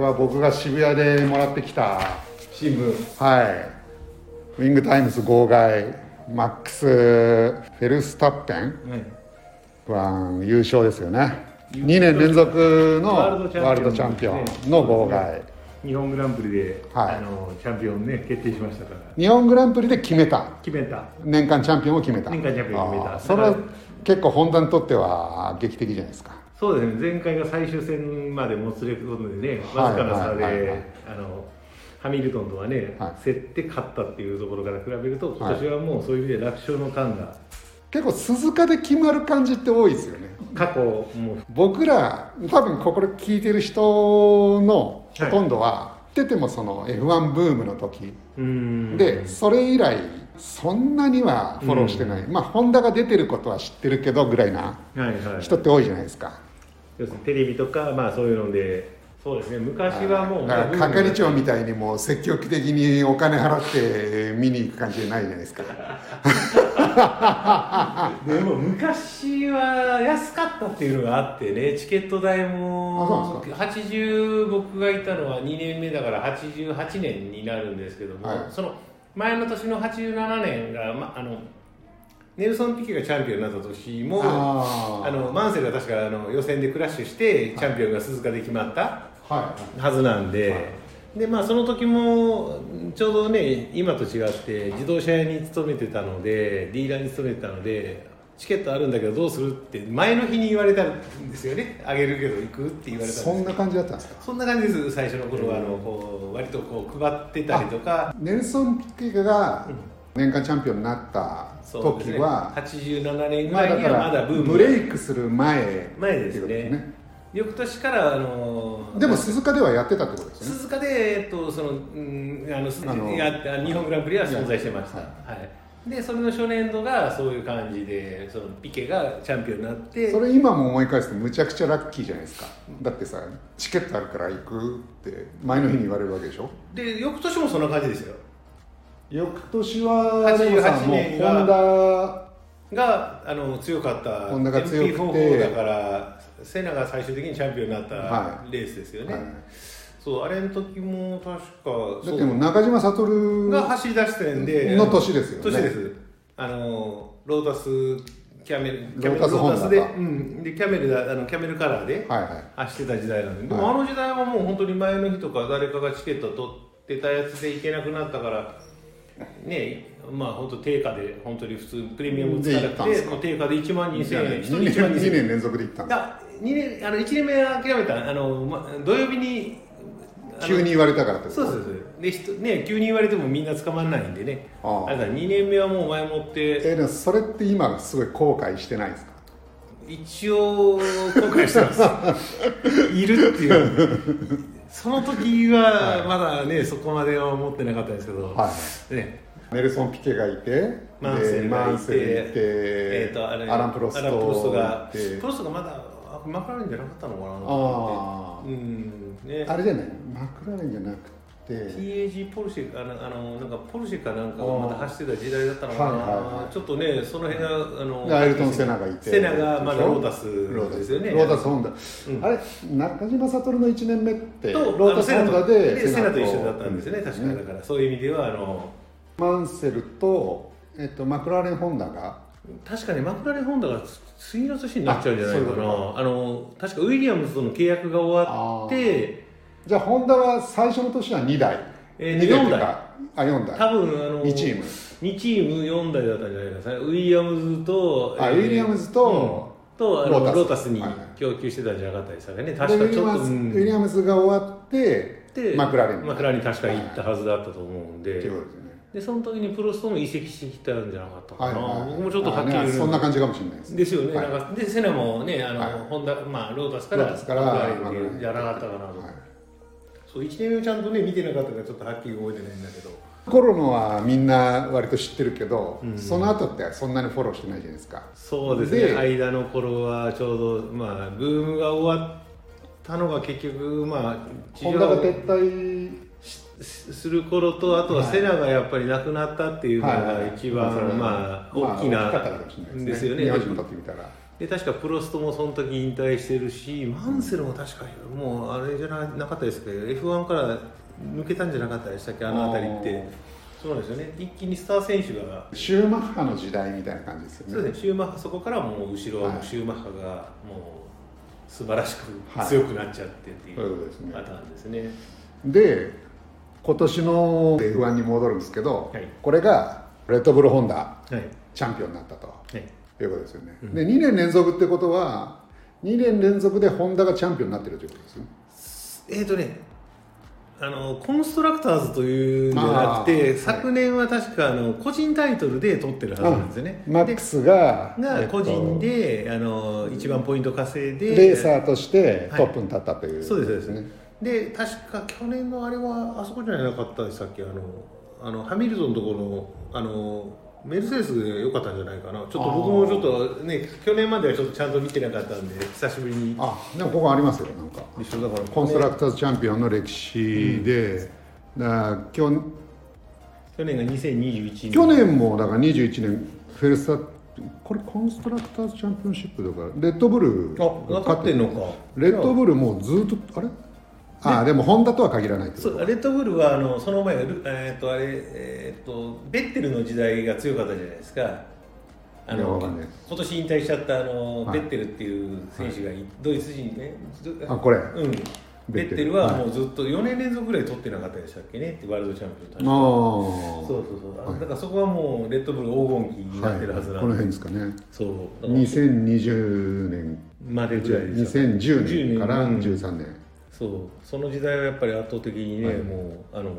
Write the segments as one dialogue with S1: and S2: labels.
S1: は僕が渋谷でもらってきた
S2: 新聞
S1: はいウィングタイムズ号外マックス・フェルスタッペン
S2: はい
S1: は優勝ですよね2年連続の
S2: ワ
S1: ワ
S2: ー
S1: ー
S2: ル
S1: ル
S2: ド
S1: ド
S2: チ
S1: チ
S2: ャ
S1: ャ
S2: ン
S1: ン
S2: ピ
S1: ピ
S2: オ
S1: オ
S2: ン
S1: ン
S2: の
S1: の
S2: 号
S1: 号
S2: 外
S1: 外
S2: 日本グランプリで、
S1: はい
S2: あのチャンピオンね決定しましたから
S1: 日本グランプリで決めた
S2: 決めた
S1: 年間チャンピオンを決めた
S2: 年間チャンピオンを決めた
S1: あーそれ
S2: だ
S1: は
S2: から
S1: 結構本田にとっては劇的じゃないですか
S2: そうですね前回が最終戦までもつれ込んでねわずかな差で、
S1: はいはいはいはい
S2: あのハミルトンとはね、
S1: はい
S2: 競って勝ったっていうところから比べると今年はもうそういう意味で楽勝の感が
S1: 結構鈴鹿で決まる感じって多いですよね
S2: 過去もう
S1: 僕ら多分ここで聞いてる人のほとんどは、出てもその F1 ブームの時
S2: うーん
S1: でそれ以来そんなにはフォローしてない、まあホンダが出てることは知ってるけどぐらいな
S2: はいはい
S1: 人って多いじゃないですか、
S2: 要するにテレビとかまあそういうのでそうですね昔はもう
S1: だ
S2: ま
S1: か
S2: あ
S1: ら係長みたいにもう積極的にお金払って見に行く感じじゃないじゃないですか
S2: でも昔は安かったっていうのがあってねチケット代も
S1: あそう
S2: 80僕がいたのは2年目だから88年になるんですけども、
S1: はい
S2: その前の年の87年が、ま、あのネルソン・ピケがチャンピオンになった年もあ
S1: あー
S2: のマンセルが確かあの予選でクラッシュしてチャンピオンが鈴鹿で決まった
S1: はい
S2: はずなんで。でまあ、その時もちょうどね今と違って自動車屋に勤めてたのでディーラーに勤めてたのでチケットあるんだけどどうするって前の日に言われたんですよねあげるけど行くって言われたんです
S1: そんな感じだったんですか
S2: そんな感じです最初の頃はあのこう割とこう配ってたりとか
S1: ネルソン・ピケが年間チャンピオンになった
S2: そうです
S1: 時
S2: ね
S1: は、
S2: 87年ぐ
S1: まあ
S2: らい
S1: だ
S2: に
S1: か
S2: は
S1: ら
S2: まだブーム
S1: ブレイクする前
S2: 前です
S1: っていうこと
S2: ね翌年からあの
S1: でも鈴鹿ではやってたってことですよね
S2: 鈴鹿で、えっと、その、うん、あの、す
S1: あの
S2: やあ日本グランプリは存在してました。
S1: い
S2: は
S1: や
S2: い。で、それの初年度が、そういう感じで、そのピケがチャンピオンになって。
S1: それ今も思い返すとむちゃくちゃラッキーじゃないですかだってさチケットあるから行くって前の日に言われるわけでしょ
S2: で、翌年もそんな感じですよ。
S1: 翌年はでもさ
S2: 88
S1: もう
S2: 年が
S1: ホンダ
S2: が、あの、強かった。
S1: ホンダが強くて
S2: MP44 だから、セナが最終的にチャンピオンになった
S1: は
S2: レースですよね。
S1: はい
S2: そう、あれの時も、確か。
S1: だ
S2: そ
S1: っ
S2: う
S1: てもう中島悟
S2: が走り出してんで
S1: の年ですよね
S2: 年ですあのロータスキャメルキャメ
S1: ロー
S2: ル
S1: タスホンダか
S2: ロータスで,、うん、でキャメルだあのキャメルカラーで
S1: はいはい
S2: 走ってた時代なんで、で
S1: は
S2: もあの時代はもう本当に前の日とか誰かがチケット取ってたやつで行けなくなったからねまあ本当定価で本当に普通プレミアム使わな
S1: で行った
S2: く
S1: んです
S2: て
S1: か
S2: もう定価で1万2000円1人
S1: 2
S2: 1万
S1: 年
S2: 2000
S1: 二
S2: 円
S1: 年連続で行ったん
S2: い
S1: だ
S2: や二年あの1年目は諦めたあの、ま、土曜日にあの
S1: 急に言われたからってこと
S2: そうそうそうで人ね急に言われてもみんな捕まらないんでね
S1: あ
S2: あ
S1: あ
S2: れだ2年目はもう前もって
S1: えでもそれって今すごい後悔してないですか
S2: 一応後悔してます いるっていうその時はまだね、そこまでは思ってなかったんですけど、
S1: は
S2: ね
S1: ネルソン・ピケがいて
S2: マンセ
S1: で
S2: ルが
S1: マ
S2: い
S1: ン
S2: て
S1: セルいて、
S2: えーとあれ
S1: アラン・プロスト
S2: アランプロストが
S1: いて
S2: プロストがまだあマクラーレンじゃなかったのかな
S1: あー
S2: うんね
S1: あれじゃないマクラーレンじゃなくて
S2: TAG ポルシェあのあのなんかポルシェかなんかがまだ走ってた時代だったのかな、
S1: あーはいはいはい
S2: ちょっとねその辺があ
S1: で
S2: の
S1: アイルトン・セナがいて
S2: セナがまだロータス
S1: ロータ
S2: です
S1: ス
S2: よね
S1: ロータスホンダ、
S2: うん
S1: あれ中島悟の1年目って
S2: と
S1: ロータスホンダで
S2: セナとセナと一緒だったんですよね、確かだからそういう意味ではあの
S1: マンセルと、えっと、マクラーレン・ホンダが
S2: 確かねマクラーレンホンダが次の年になっちゃうんじゃない
S1: あ
S2: か
S1: そうい
S2: な
S1: う
S2: あの確かウィリアムズとの契約が終わって
S1: じゃあホンダは最初の年は2台、
S2: えー
S1: 二っていう
S2: 四台
S1: かあ4台
S2: 多分あの
S1: 2チーム
S2: 2チーム4台だったんじゃないかなウィリアムズと
S1: あウィリアムズと
S2: うんとあの
S1: ロー
S2: ロ
S1: タ
S2: ー
S1: ス
S2: タスに
S1: はいはい
S2: 供給してたんじゃなかったですかね
S1: で
S2: 確
S1: ウ
S2: か
S1: ィ
S2: ち
S1: リ
S2: ょっ
S1: ア
S2: と
S1: ムズ
S2: う
S1: ウ
S2: ん
S1: ィリアムズが終わって
S2: で
S1: マクラーレンに
S2: マクラーレンに確か行ったはずだったと思うんで、
S1: っていうことですね
S2: でその時にプロストも移籍してきたんじゃなかった
S1: は
S2: か
S1: い
S2: な、
S1: はいはい
S2: 僕もちょっとはっきり
S1: あね
S2: 言う
S1: そんな感じかもしれないです
S2: ですよね、
S1: はい
S2: なんかでセナもねあの、
S1: はい
S2: ホンダまあロータスから
S1: ロータスから
S2: マクラーレン
S1: マクラーレン
S2: にじゃなかったかなと、
S1: はい
S2: そう1年目をちゃんとね見てなかったからちょっとはっきり覚えてないんだけど
S1: 頃のはみんな割と知ってるけど、その後ってそんなにフォローしてないじゃないですか
S2: そうですね
S1: で
S2: 間の頃はちょうどまあブームが終わったのが結局まあ地
S1: ホ
S2: 上
S1: ンダが撤退
S2: すする頃とあとはセナがやっぱり亡くなったっていうの
S1: はい
S2: が一番
S1: はい
S2: まあ
S1: まあ
S2: 大きな
S1: かったかもしれない
S2: ですよね
S1: 日本人にとってみたら
S2: で確かプロストもその時引退してるしマンセルも確かもうあれじゃななかったですけど F1 から抜けたんじゃなかったでしたっけあの辺りってそうなんですよね一気にスター選手が
S1: シューマッハの時代みたいな感じですよね
S2: そうですねシューマッハそこからもう後ろはも
S1: は
S2: う
S1: い
S2: シューマッハがもう素晴らし
S1: は
S2: く
S1: い
S2: 強くなっちゃってってい
S1: そう
S2: う
S1: いうことですね
S2: パターンですね。
S1: で今年の F1 に戻るんですけど、
S2: はい
S1: これがレッドブルホンダ
S2: はい、
S1: チャンピオンになったと
S2: はい
S1: いうことですよね、で2年連続ってことは2年連続でホンダがチャンピオンになってるということですね
S2: えーとねあのコンストラクターズというんじゃなくて、
S1: あー
S2: 昨年は確かあの個人タイトルで取ってるはずなんですよね。
S1: マックスがえ
S2: が
S1: っと
S2: 個人で、あの一番ポイント稼いで
S1: レーサーとして
S2: はい
S1: トップに立ったという、
S2: そうですそうですで確か去年のあれはあそこじゃなかったでしたっけあのあのハミルトンのところのあのメルセデスが良かったんじゃないかなちょっと
S1: あー
S2: 僕もちょっとね去年まではちょっとちゃんと見てなかったんで久しぶりに
S1: あでもここありますよなんか
S2: 一緒だから
S1: コンストラ
S2: ク
S1: クターズチャンピオンの歴史で、だから去年
S2: 去年が2021年
S1: 去年もだから21年フェルスタこれコンストラクターズチャンピオンシップだからレッドブル
S2: あ分かってんのか
S1: レッドブルもうずっとあれあでもホンダとは限らないって
S2: そ
S1: こと
S2: うレッドブルはあのその前がルえーっとあれえーっとベッテルの時代が強かったじゃないですか。あ
S1: いや
S2: の
S1: わかんない
S2: 今年引退しちゃったあの、
S1: はい
S2: ベッテルっていう選手がい、ドイツ人ね。ど
S1: あこれ
S2: うん。
S1: ベ
S2: ベッ
S1: ッテル
S2: テルはもうずっと4年連続ぐらい取ってなかったでしたっけねってワールドチャン
S1: あ
S2: ピオン確か
S1: あ
S2: そうそうそう、あだからそこはもうレッドブル黄金期になってるはず
S1: はい
S2: な
S1: この
S2: ん
S1: 辺
S2: で、
S1: ですかね
S2: そうだから
S1: 2020年
S2: までぐらいでした
S1: 2010年から
S2: うん
S1: 13年
S2: そうその時代はやっぱり圧倒的にね、もうあの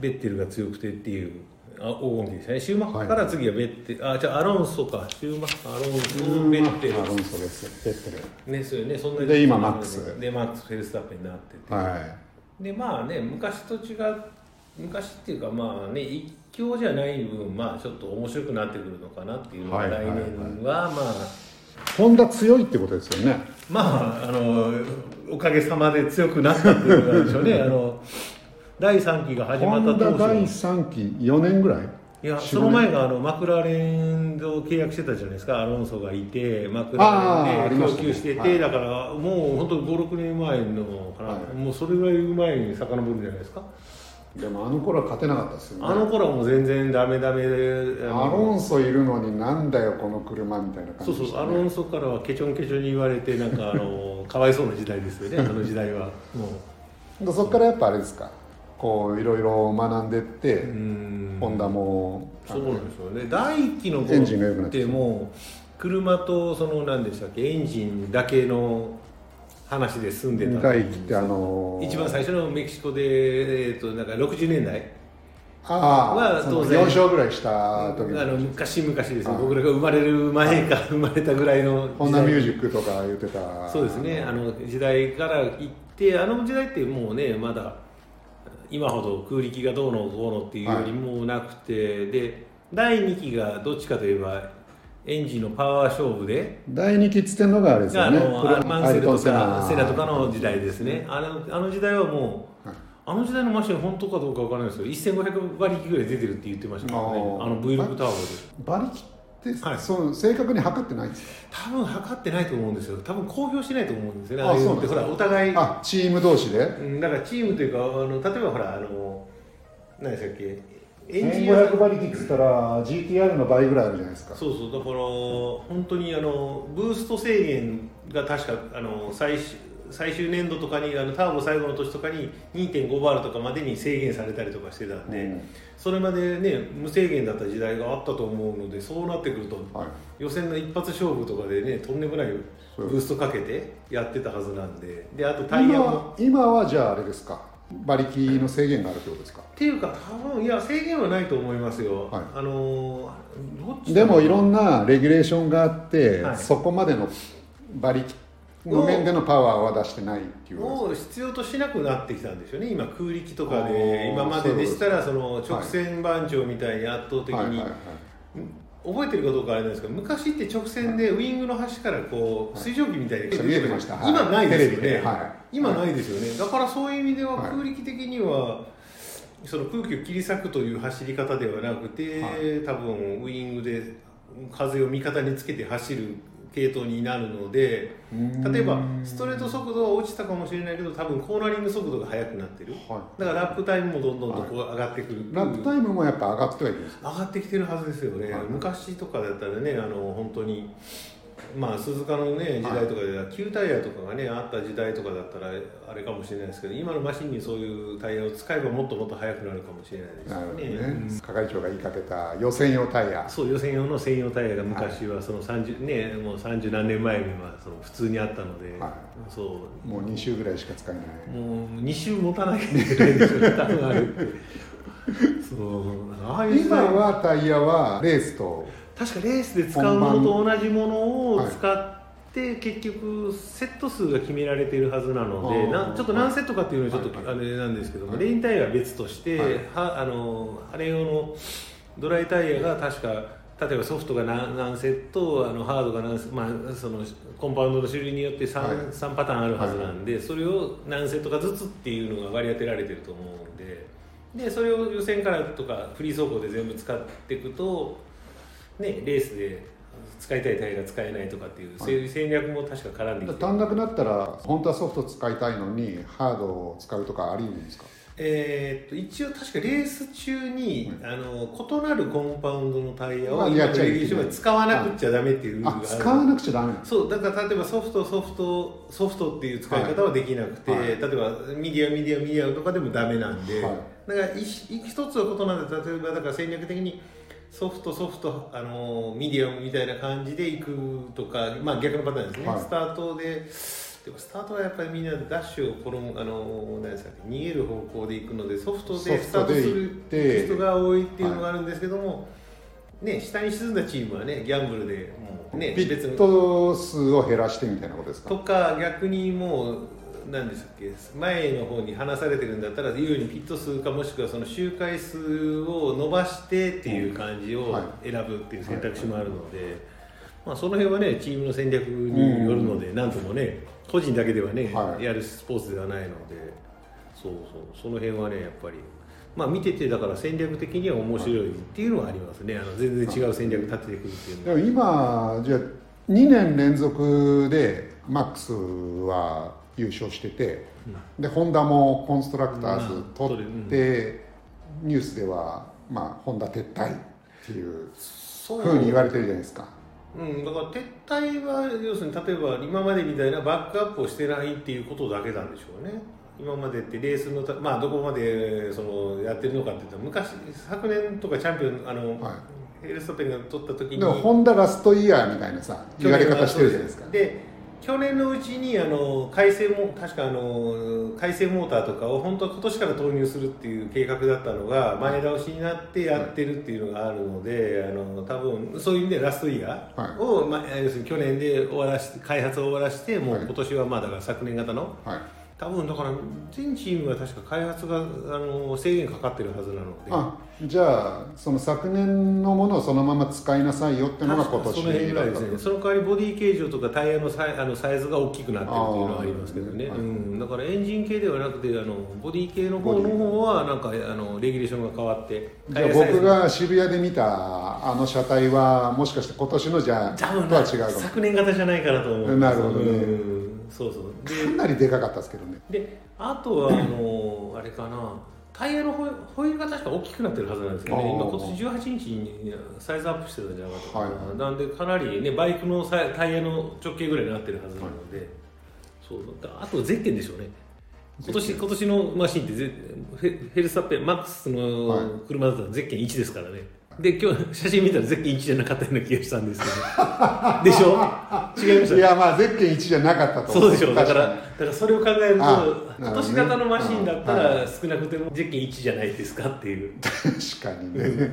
S2: ベッテルが強くてっていうあ黄金期でしたねシューマッハから次はベッテル、あじゃあアロンソかシューマッハアロンソベッテ
S1: アロ
S2: ル
S1: ンソですベッテル
S2: ねそうよねそんな
S1: で今マックス
S2: でマックスフェルスタッペンになってて、
S1: は
S2: でまあね昔と違う昔っていうかまあね一強じゃない分まあちょっと面白くなってくるのかなっていうのが
S1: はい
S2: 来
S1: はいはい
S2: 年はまあ、
S1: いホンダ強いってことですよね
S2: まあ、あのおかげさまで強くなったっていうことなんでしょ うねあの第3期が始
S1: ホ
S2: まった
S1: ンダ
S2: 当
S1: 第
S2: 初
S1: 3期4年ぐらい
S2: いや
S1: 4
S2: その前があのマクラーレンと契約してたじゃないですかアロンソがいてマクラ
S1: あーあ
S2: ーレ
S1: り
S2: ンで
S1: まし
S2: 供
S1: たね
S2: 給してて、
S1: はい
S2: だからもう本当56年前のかな、
S1: はい
S2: もうそれぐらい前に遡るんじゃないですか
S1: でもあの頃は勝てなかったですよね
S2: あの頃はもう全然ダメダメであの
S1: アロンソいるのになんだよこの車みたいな感
S2: そ
S1: じ
S2: う
S1: でし
S2: そう
S1: た
S2: ア
S1: ね
S2: ロンソからはケチョンケチョンに言われてなんかあのかわいそうな時代ですよねあの時代はも
S1: でそこからやっぱあれですかこういろいろ学んでって、
S2: ううん
S1: ホンダも
S2: そうなんですよね第一期の
S1: エンジンが良く
S2: 頃
S1: な
S2: っ
S1: ってき
S2: て
S1: た
S2: もう車とその何でしたっけエンジンだけの話で済んでた
S1: 2回切ってあのー
S2: 一番最初のメキシコで、えー、となんか60年代
S1: あ
S2: は
S1: あそ
S2: 当
S1: の
S2: 然
S1: 4勝ぐらいした
S2: あ
S1: 時
S2: の昔々ですね
S1: はい
S2: 僕らが生まれる前か生まれたぐらいの時代
S1: ホンダミュージックとか言ってた
S2: そうですねあの時代から行ってあの時代ってもうねまだ今ほど空力がどうのこうのっていうよりもなくて、で第2期がどっちかといえばエンジンのパワー勝負で、
S1: 第2期っつってんのがあれです
S2: が
S1: よ
S2: あ
S1: ね
S2: の
S1: これ
S2: アルマンセルとか
S1: ア
S2: セ
S1: イ
S2: ラ
S1: ル
S2: と
S1: トン
S2: かの時代ですねあのあの時代はもう、
S1: はい
S2: あの時代のマシン本当かどうかわからないですけど1500馬力ぐらい出てるって言ってましたもんね
S1: あー
S2: あの V6 ターボで。
S1: 馬力って、
S2: はい
S1: そう正確に測ってないんですよ
S2: 多分測ってないと思うんですよ多分公表してないと思うんですよね
S1: あ
S2: ああいうの
S1: そ
S2: っ
S1: うなんです
S2: てほ
S1: から
S2: お互い
S1: あチーム同士で
S2: うん、だからチームというかあの例えばほらあの何でしたっけ屋さん
S1: 1500馬力っつったら GTR の倍ぐらいあるじゃないですか
S2: そうそうだから本当にあのブースト制限が確かあの最終最終年度とかにあのターボ最後の年とかに2.5バールとかまでに制限されたりとかしてたんで、
S1: うん
S2: それまでね無制限だった時代があったと思うのでそうなってくると
S1: はい
S2: 予選の一発勝負とかでねとんでもないブーストかけてやってたはずなんでであとタイヤも
S1: 今今はじゃああれですか馬力の制限があるってことですか
S2: っていうか多分いや制限はないと思いますよ、
S1: はい
S2: あのーどっち
S1: でもいろ
S2: なん
S1: なレギュレーションがあって、
S2: はい
S1: そこまでの馬力の面でのパワーは出してないっていう
S2: を必要としなくなってきたんですよね今空力とか
S1: あ
S2: で
S1: ー
S2: 今まででしたらその
S1: うこと
S2: 直
S1: です
S2: 線番長みたいに圧倒的に、
S1: はいはいはい
S2: 覚えてるかどうかあれなんですけど昔って直線でウイングの端からこう水蒸気みたいに
S1: 見えてましたはい
S2: 今ないですよ
S1: テレ
S2: ね、
S1: ビではい
S2: 今ないですよねだからそういう意味では
S1: はい
S2: 空力的には、その空気を切り裂くという走り方ではなくて、
S1: は
S2: 多分ウイングで風を味方につけて走る系統になるので
S1: うん
S2: 例えばストレート速度は落ちたかもしれないけど多分コーナリング速度が速くなってる、
S1: は
S2: だからラップタイムもどんどんとこう上がってくる、
S1: ラップタイムもやっぱ上がってはいるんです
S2: 上がってきてるはずですよね、
S1: はい
S2: 昔とかだったらねあの本当にまあ鈴鹿のね時代とかでは旧タイヤとかがねあった時代とかだったらあれかもしれないですけど今のマシンにそういうタイヤを使えばもっともっと速くなるかもしれないです
S1: なるほどね、
S2: よね
S1: 係長が言いかけた予選用タイヤ
S2: そう予選用の専用タイヤが昔はその30、ねもう30何年前にはその普通にあったので、
S1: は
S2: そ
S1: もう2周ぐらいしか使えないう
S2: もう2周持たなきゃいけないんですよね多分あれそうああいう時
S1: 今
S2: 代
S1: はタイヤはレースと
S2: 確かレースで使うものと同じものを使って、結局セット数が決められているはずなの
S1: あ
S2: で
S1: ー
S2: なちょっと何セットかっていうのはちょっ
S1: はい
S2: と
S1: は
S2: あれなんですけども、
S1: はい
S2: レインタイヤは別として、
S1: はい
S2: はあのあれ用のドライタイヤが確か例えばソフトが何何セットあのハードが何セまあ、そのコンパウンドの種類によって 3,、
S1: はい
S2: 三パターンあるはずなんで、それを何セットかずつっていうのが割り当てられてると思うのででそれを予選からとかフリー走行で全部使っていくと、ね、レースで使いたいタイヤが使えないとかっていう、そういう戦略も確か絡んできて
S1: 足んなくなったら本当はソフト使いたいのにハードを使うとかあり得るんですか
S2: えーっと一応確かレース中に、あの異なるコンパウンドのタイヤ
S1: まあ
S2: を
S1: やっ
S2: 今の
S1: ちゃいけない
S2: レギュレーションは使わなくちゃダメっていうルールがあ
S1: あ
S2: る
S1: 使わなくちゃダメなんです
S2: そうだから例えばソフトソフトソフトっていう使い方はできなくて、
S1: はい
S2: 例えばミディアミディアミディアとかでもダメなんで、
S1: はい
S2: だから一一つのことなんで例えばだから戦略的にソフトソフトあのミディアムみたいな感じでいくとかまあ逆のパターンですね、
S1: はい
S2: スタートで。でもスタートはやっぱりみんなダッシュを転むあの何ですかね逃げる方向で行くのでソフトでスタートす
S1: ソフトで行
S2: る
S1: って
S2: 人が多いっていうのがあるんですけども、ね下に沈んだチームはねギャンブルでもうね
S1: ピ
S2: 別
S1: ッ
S2: に
S1: ト数を減らしてみたいなことですか
S2: とか逆にもう何でしたっけ前の方に話されてるんだったら優にピット数かもしくはその周回数を伸ばしてっていう感じ
S1: うん
S2: を
S1: は
S2: 選ぶっていう選択肢もあるので、まあ、その辺はねチームの戦略によるのでなんともね個人だけではね、
S1: はい
S2: やるスポーツではないのでそうそうその辺はねやっぱり。まあ見ててだから戦略的には面白いっていうのはありますね。あの全然違う戦略立ててくるっていうのは
S1: でも今じゃあ2年連続でマックスは優勝してて、でホンダもコンストラクターズ取って、ニュースでは、まあ、ホンダ撤退っていう
S2: そ
S1: ふ
S2: う
S1: うに言われてるじゃないですか。
S2: うん、だから撤退は要するに例えば今までみたいなバックアップをしてないっていうことだけなんでしょうね今までってレースのたまあどこまでそのやってるのかっていうと昔昨年とかチャンピオンあの、
S1: は
S2: エルストペンが取った時
S1: で
S2: に
S1: もホンダラストイヤーみたいなさ言われ方してるじゃないですか。
S2: で去年のうちにあの改正も確かあの改正モーターとかを本当は今年から投入するっていう計画だったのが前倒しになってやってるっていうのがあるので、あの多分そういう意味でラストイヤーを、まあ、要するに去年で終わらして開発を終わらしてもう
S1: はい
S2: 今年はまあだから昨年型の
S1: はい、
S2: 多分だから全チームが確か開発があの制限かかってるはずなので。
S1: あじゃあその昨年のものをそのまま使いなさいよってのが今
S2: 確かその辺
S1: 年
S2: ぐら
S1: だ
S2: い
S1: った
S2: です
S1: と
S2: ねその代わりボディ形状とかタイヤのサイあのサイズが大きくなってるっていうのはありますけどね、
S1: あー
S2: うん、だからエンジン系ではなくてあのボディ系の方の方はなんかあのレギュレーションが変わって
S1: じゃあ
S2: タイヤサイズ
S1: 僕が渋谷で見たあの車体はもしかして今年のじゃあと
S2: 多分
S1: は違うかもし
S2: 昨年型じゃないかなと思う
S1: なるほどね
S2: うんそうそう
S1: れないかなりでかかったですけどね
S2: でであとはあのあれかなタイヤのホイホイールが確か大きくなってるはずなんですけど
S1: あー
S2: ね今今年18日にサイズアップしてたんじゃなかったかな、
S1: はいはい
S2: なんでかなりねバイクのサイタイヤの直径ぐらいになってるはずなので、そうだあとゼッケンでしょうね今年今年のマシンってゼヘヘルスタッペンマックス
S1: はい
S2: の車だったらゼッケン1ですからねで今日写真見たらゼッケン1じゃなかったような気がしたんですけどでしょ違いました
S1: いやまあゼッケン1じゃなかったと
S2: そうでしょうだ
S1: 確
S2: から
S1: に
S2: だからそれを考えると
S1: あなるほどね
S2: 都市型のマシンだった
S1: う
S2: ら少なくてもゼッケン1じゃないですかっていう
S1: 確かにね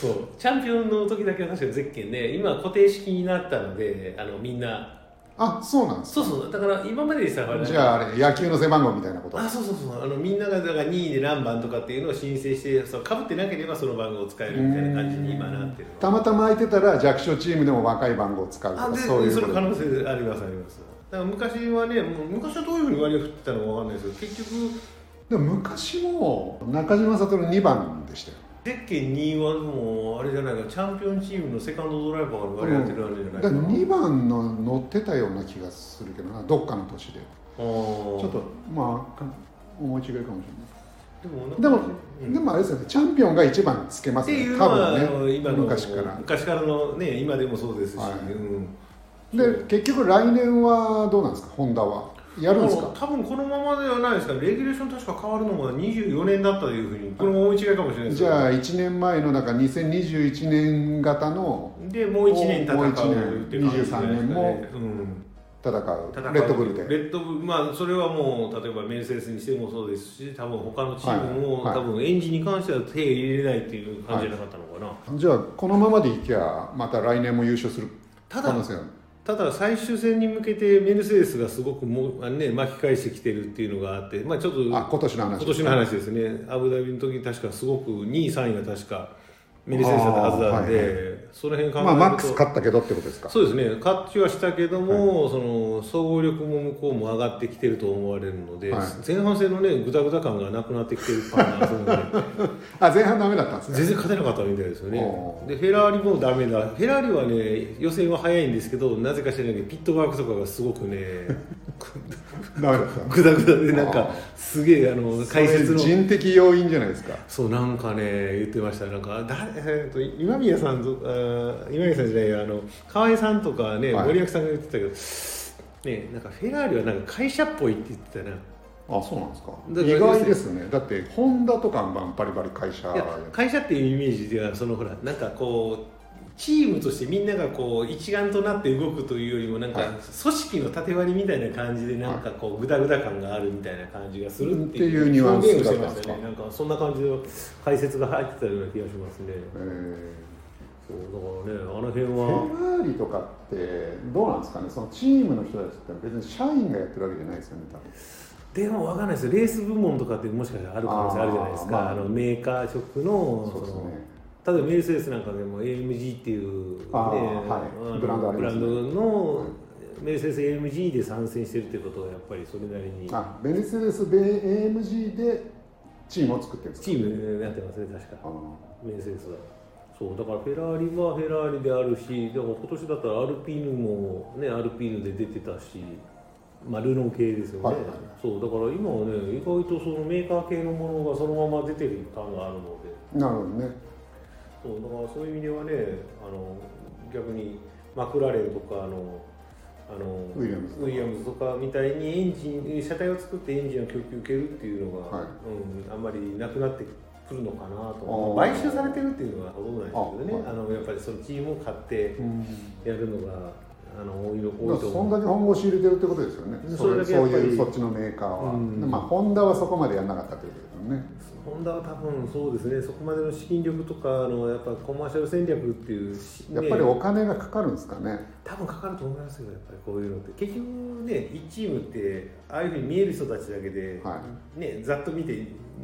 S2: そうチャンピオンの時だけは確かゼッケンで今固定式になったのであのみんな
S1: あそうなんです
S2: そうそうだから今までさほら
S1: じゃああれ野球の背番号みたいなこと
S2: あそうそうそうあのみんながだから任意で何番とかっていうのを申請してそうかぶってなければその番号を使えるみたいな感じに今なってるの
S1: たまたま空いてたら弱小チームでも若い番号を使うと
S2: あ
S1: か
S2: で
S1: そ
S2: そう
S1: いう
S2: そ
S1: こ
S2: の
S1: と
S2: 可能性ありますありますだから昔はねもう昔はどういうふうに割り振ってたのかわかんないですけど結局
S1: でも昔も中島悟2番でしたよ
S2: ゼッケン2はでもあれじゃないかチャンピオンチームのセカンドドライバーがあれ
S1: う
S2: や
S1: ん
S2: ってるわけじゃない
S1: だ
S2: か
S1: から
S2: な
S1: 2番の乗ってたような気がするけどなどっかの年で
S2: あー
S1: ちょっとまあか思い違いかもし
S2: でも
S1: れな
S2: なん
S1: いでも
S2: か、うん
S1: でもあれですよねチャンピオンが1番つけま
S2: っ
S1: す
S2: てい
S1: ね
S2: う
S1: 多
S2: のは、あの
S1: 分
S2: 今
S1: ね
S2: の
S1: 昔から
S2: 昔からのね今でもそうですし、
S1: はい
S2: うん
S1: で結局来年はどうなんですかホンダはやるんです
S2: も
S1: か
S2: う多分このままではないですからレギュレーション確か変わるのが24年だったというふうにこれも思い違いかもしれないです
S1: じ
S2: けど
S1: ゃあ1年前のだから2021年型の
S2: でもう1年戦う
S1: もう一年
S2: って感じじゃないですかね
S1: 23年も
S2: うん
S1: 戦う
S2: 戦う
S1: レッドブルで
S2: レッドブルまあそれはもう例えばメルセデスにしてもそうですし多分他のチームも、
S1: はいはい
S2: 多分エンジンに関しては手入れれないっていう感じじゃなかったのかな、
S1: じゃあこのままでいきゃまた来年も優勝する
S2: た
S1: 可
S2: だ
S1: 能性ある
S2: ただ最終戦に向けてメルセデスがすごくもうあのね巻き返してきてるっていうのがあってまあちょっと
S1: あ今年の話
S2: 今年の話ですねアブダビの時に確かすごく2位3位が確かメルセデスだったはずなんで、
S1: あーはい
S2: その辺考えると、
S1: まあマックス勝ったけどってことですか
S2: そうですね勝ちはしたけども、その総合力も向こうも上がってきてると思われるので、
S1: はい
S2: 前半戦のねグダグダ感がなくなってきてる感じなの で
S1: あ前半ダメだったんですね
S2: 全然勝てなかったみたいですよね
S1: おー
S2: でフェラーリもダメだフェラーリはね予選は早いんですけどなぜか知らないけどピットワークとかがすご くね
S1: ダメだった
S2: グダグダでなん
S1: あ
S2: かすげえあの解説の
S1: それ人的要因じゃないですか
S2: そうなんかね言ってましたなんか誰えーと今宮さんとあー今宮さんじゃないよあの河合さんとかね、
S1: はい
S2: 森脇さんが言ってたけどねなんかフェラーリはなんか会社っぽいって言ってたな
S1: あそうなんですか
S2: だから
S1: 意外ですねだってホンダとかバンバリバリ会社
S2: いや会社っていうイメージではそのほらなんかこうチームとしてみんながこう一丸となって動くというよりもなんか
S1: はい
S2: 組織の縦割りみたいな感じでなんかこうグダグダ感があるみたいな感じがするって
S1: っていうニ
S2: い
S1: ュ
S2: う
S1: アンス
S2: 表現をし
S1: だ
S2: て
S1: ったんです
S2: ました
S1: か
S2: ねなんかそんな感じの解説が入ってたような気がしますね。
S1: えー
S2: そうだからねあの辺
S1: フ
S2: は
S1: ェラーリとかってどうなんですかねそのチームの人たちって別に社員がやってるわけじゃないですよね多分
S2: でも分かんないですよレース部門とかってもしかしたらある可能性あるじゃないです
S1: あ
S2: か
S1: ー
S2: あ、
S1: まあ
S2: のメーカー職の
S1: そうですね
S2: その例えばメルセデスなんかでも AMG っていう、ね
S1: あーはい
S2: の
S1: ブランドありますね
S2: ブランドの、
S1: はい
S2: メルセデス AMG で参戦してるってことはやっぱりそれなりに
S1: あベネセデスベ AMG でチームを作ってるんです
S2: チ
S1: か
S2: ームになってますね確
S1: あ
S2: か
S1: ー
S2: メルセデスはそうだからフェラーリはフェラーリであるしでも今年だったらアルピーヌもねアルピーヌで出てたしまあ、ルノー系ですよね、
S1: はいはい
S2: そうだから今はね意外とそのメーカー系のものがそのまま出てる感があるので
S1: なるほどね
S2: そうだからそういう意味ではねあの逆にマクラーレンとかあのあの
S1: ウィリアムズとか
S2: ウィリアムズとかみたいにエンジン車体を作ってエンジンの供給を受けるっていうのが、
S1: はい
S2: うん、あんまりなくなってくるのかなと
S1: あー
S2: 買収されてるっていうのはほとんどないですけどねあ、
S1: あ
S2: のやっぱりそのチームを買って
S1: うん
S2: やるのがあの多い
S1: だ
S2: の
S1: か
S2: 多
S1: ら
S2: いと
S1: そん
S2: 思う
S1: だけ本腰入れてるってことですよね
S2: で
S1: それ
S2: そ
S1: そう
S2: れだけやっぱり
S1: いうそっちのメーカーは、
S2: うん
S1: でまあホンダはそこまでやんなかったってことですよね
S2: ホンダは多分そうですねそこまでの資金力とかあのやっぱコマーシャル戦略っていう、ね
S1: やっぱりお金がかかるんですかね
S2: 多分かかると思いますよやっぱりこういうのって結局ね1チームってああいうふうに見える人たちだけで、
S1: は
S2: ね、ざっと見て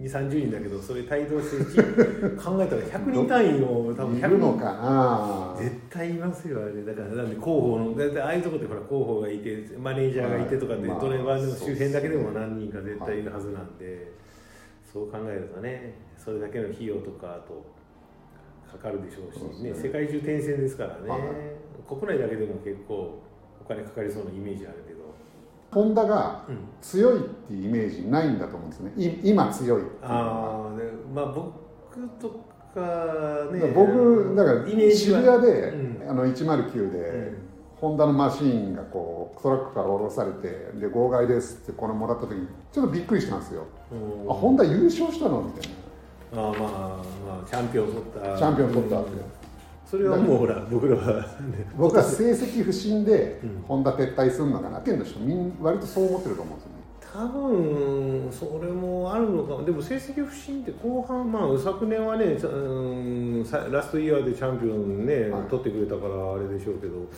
S2: 2 3 0人だけどそれ帯同してチーム考えたら100人単位の多分
S1: い
S2: 100
S1: るの
S2: 人
S1: かな
S2: 絶対いますよあれだからなんで広報のだってああいうとこってほら広報がいてマネージャーがいてとかって、
S1: はいまあ
S2: ドライバー
S1: そ
S2: の
S1: う
S2: 周
S1: っすね
S2: 辺だけでも何人か絶対いるはずなんで、そう考えるとねそれだけの費用とかあとかかるでしょう
S1: そうっ
S2: し
S1: す
S2: ね
S1: ね
S2: 世界中転戦ですからね、
S1: はい
S2: 国内だけでも結構お金かかりそうなイメージあるけど、
S1: ホンダが
S2: うん
S1: 強いっていうイメージないんだと思うんですねい今強いっていうのは
S2: ああでまあ僕とかね
S1: 僕だから
S2: イメージ
S1: 渋
S2: は
S1: 谷で、
S2: う
S1: あの109で、
S2: うん
S1: ホンダのマシーンがこうトラックから降ろされてで号外ですってこのもらった時にちょっとびっくりしたんですよ、
S2: うん
S1: あホンダ優勝したのみたい
S2: あーまあまあチャンピオン取った
S1: なチャンピオン取ったって、
S2: それはもうほら僕らは、ね、
S1: 僕は成績不振で
S2: うん
S1: ホンダ撤退するのかなっていうの人みん割とそう思ってると思うんですよね
S2: 多分それもあるのかもでも成績不振って後半まあ昨年はねちゃうんさラストイヤーでチャンピオンね、
S1: はい
S2: 取ってくれたからあれでしょうけど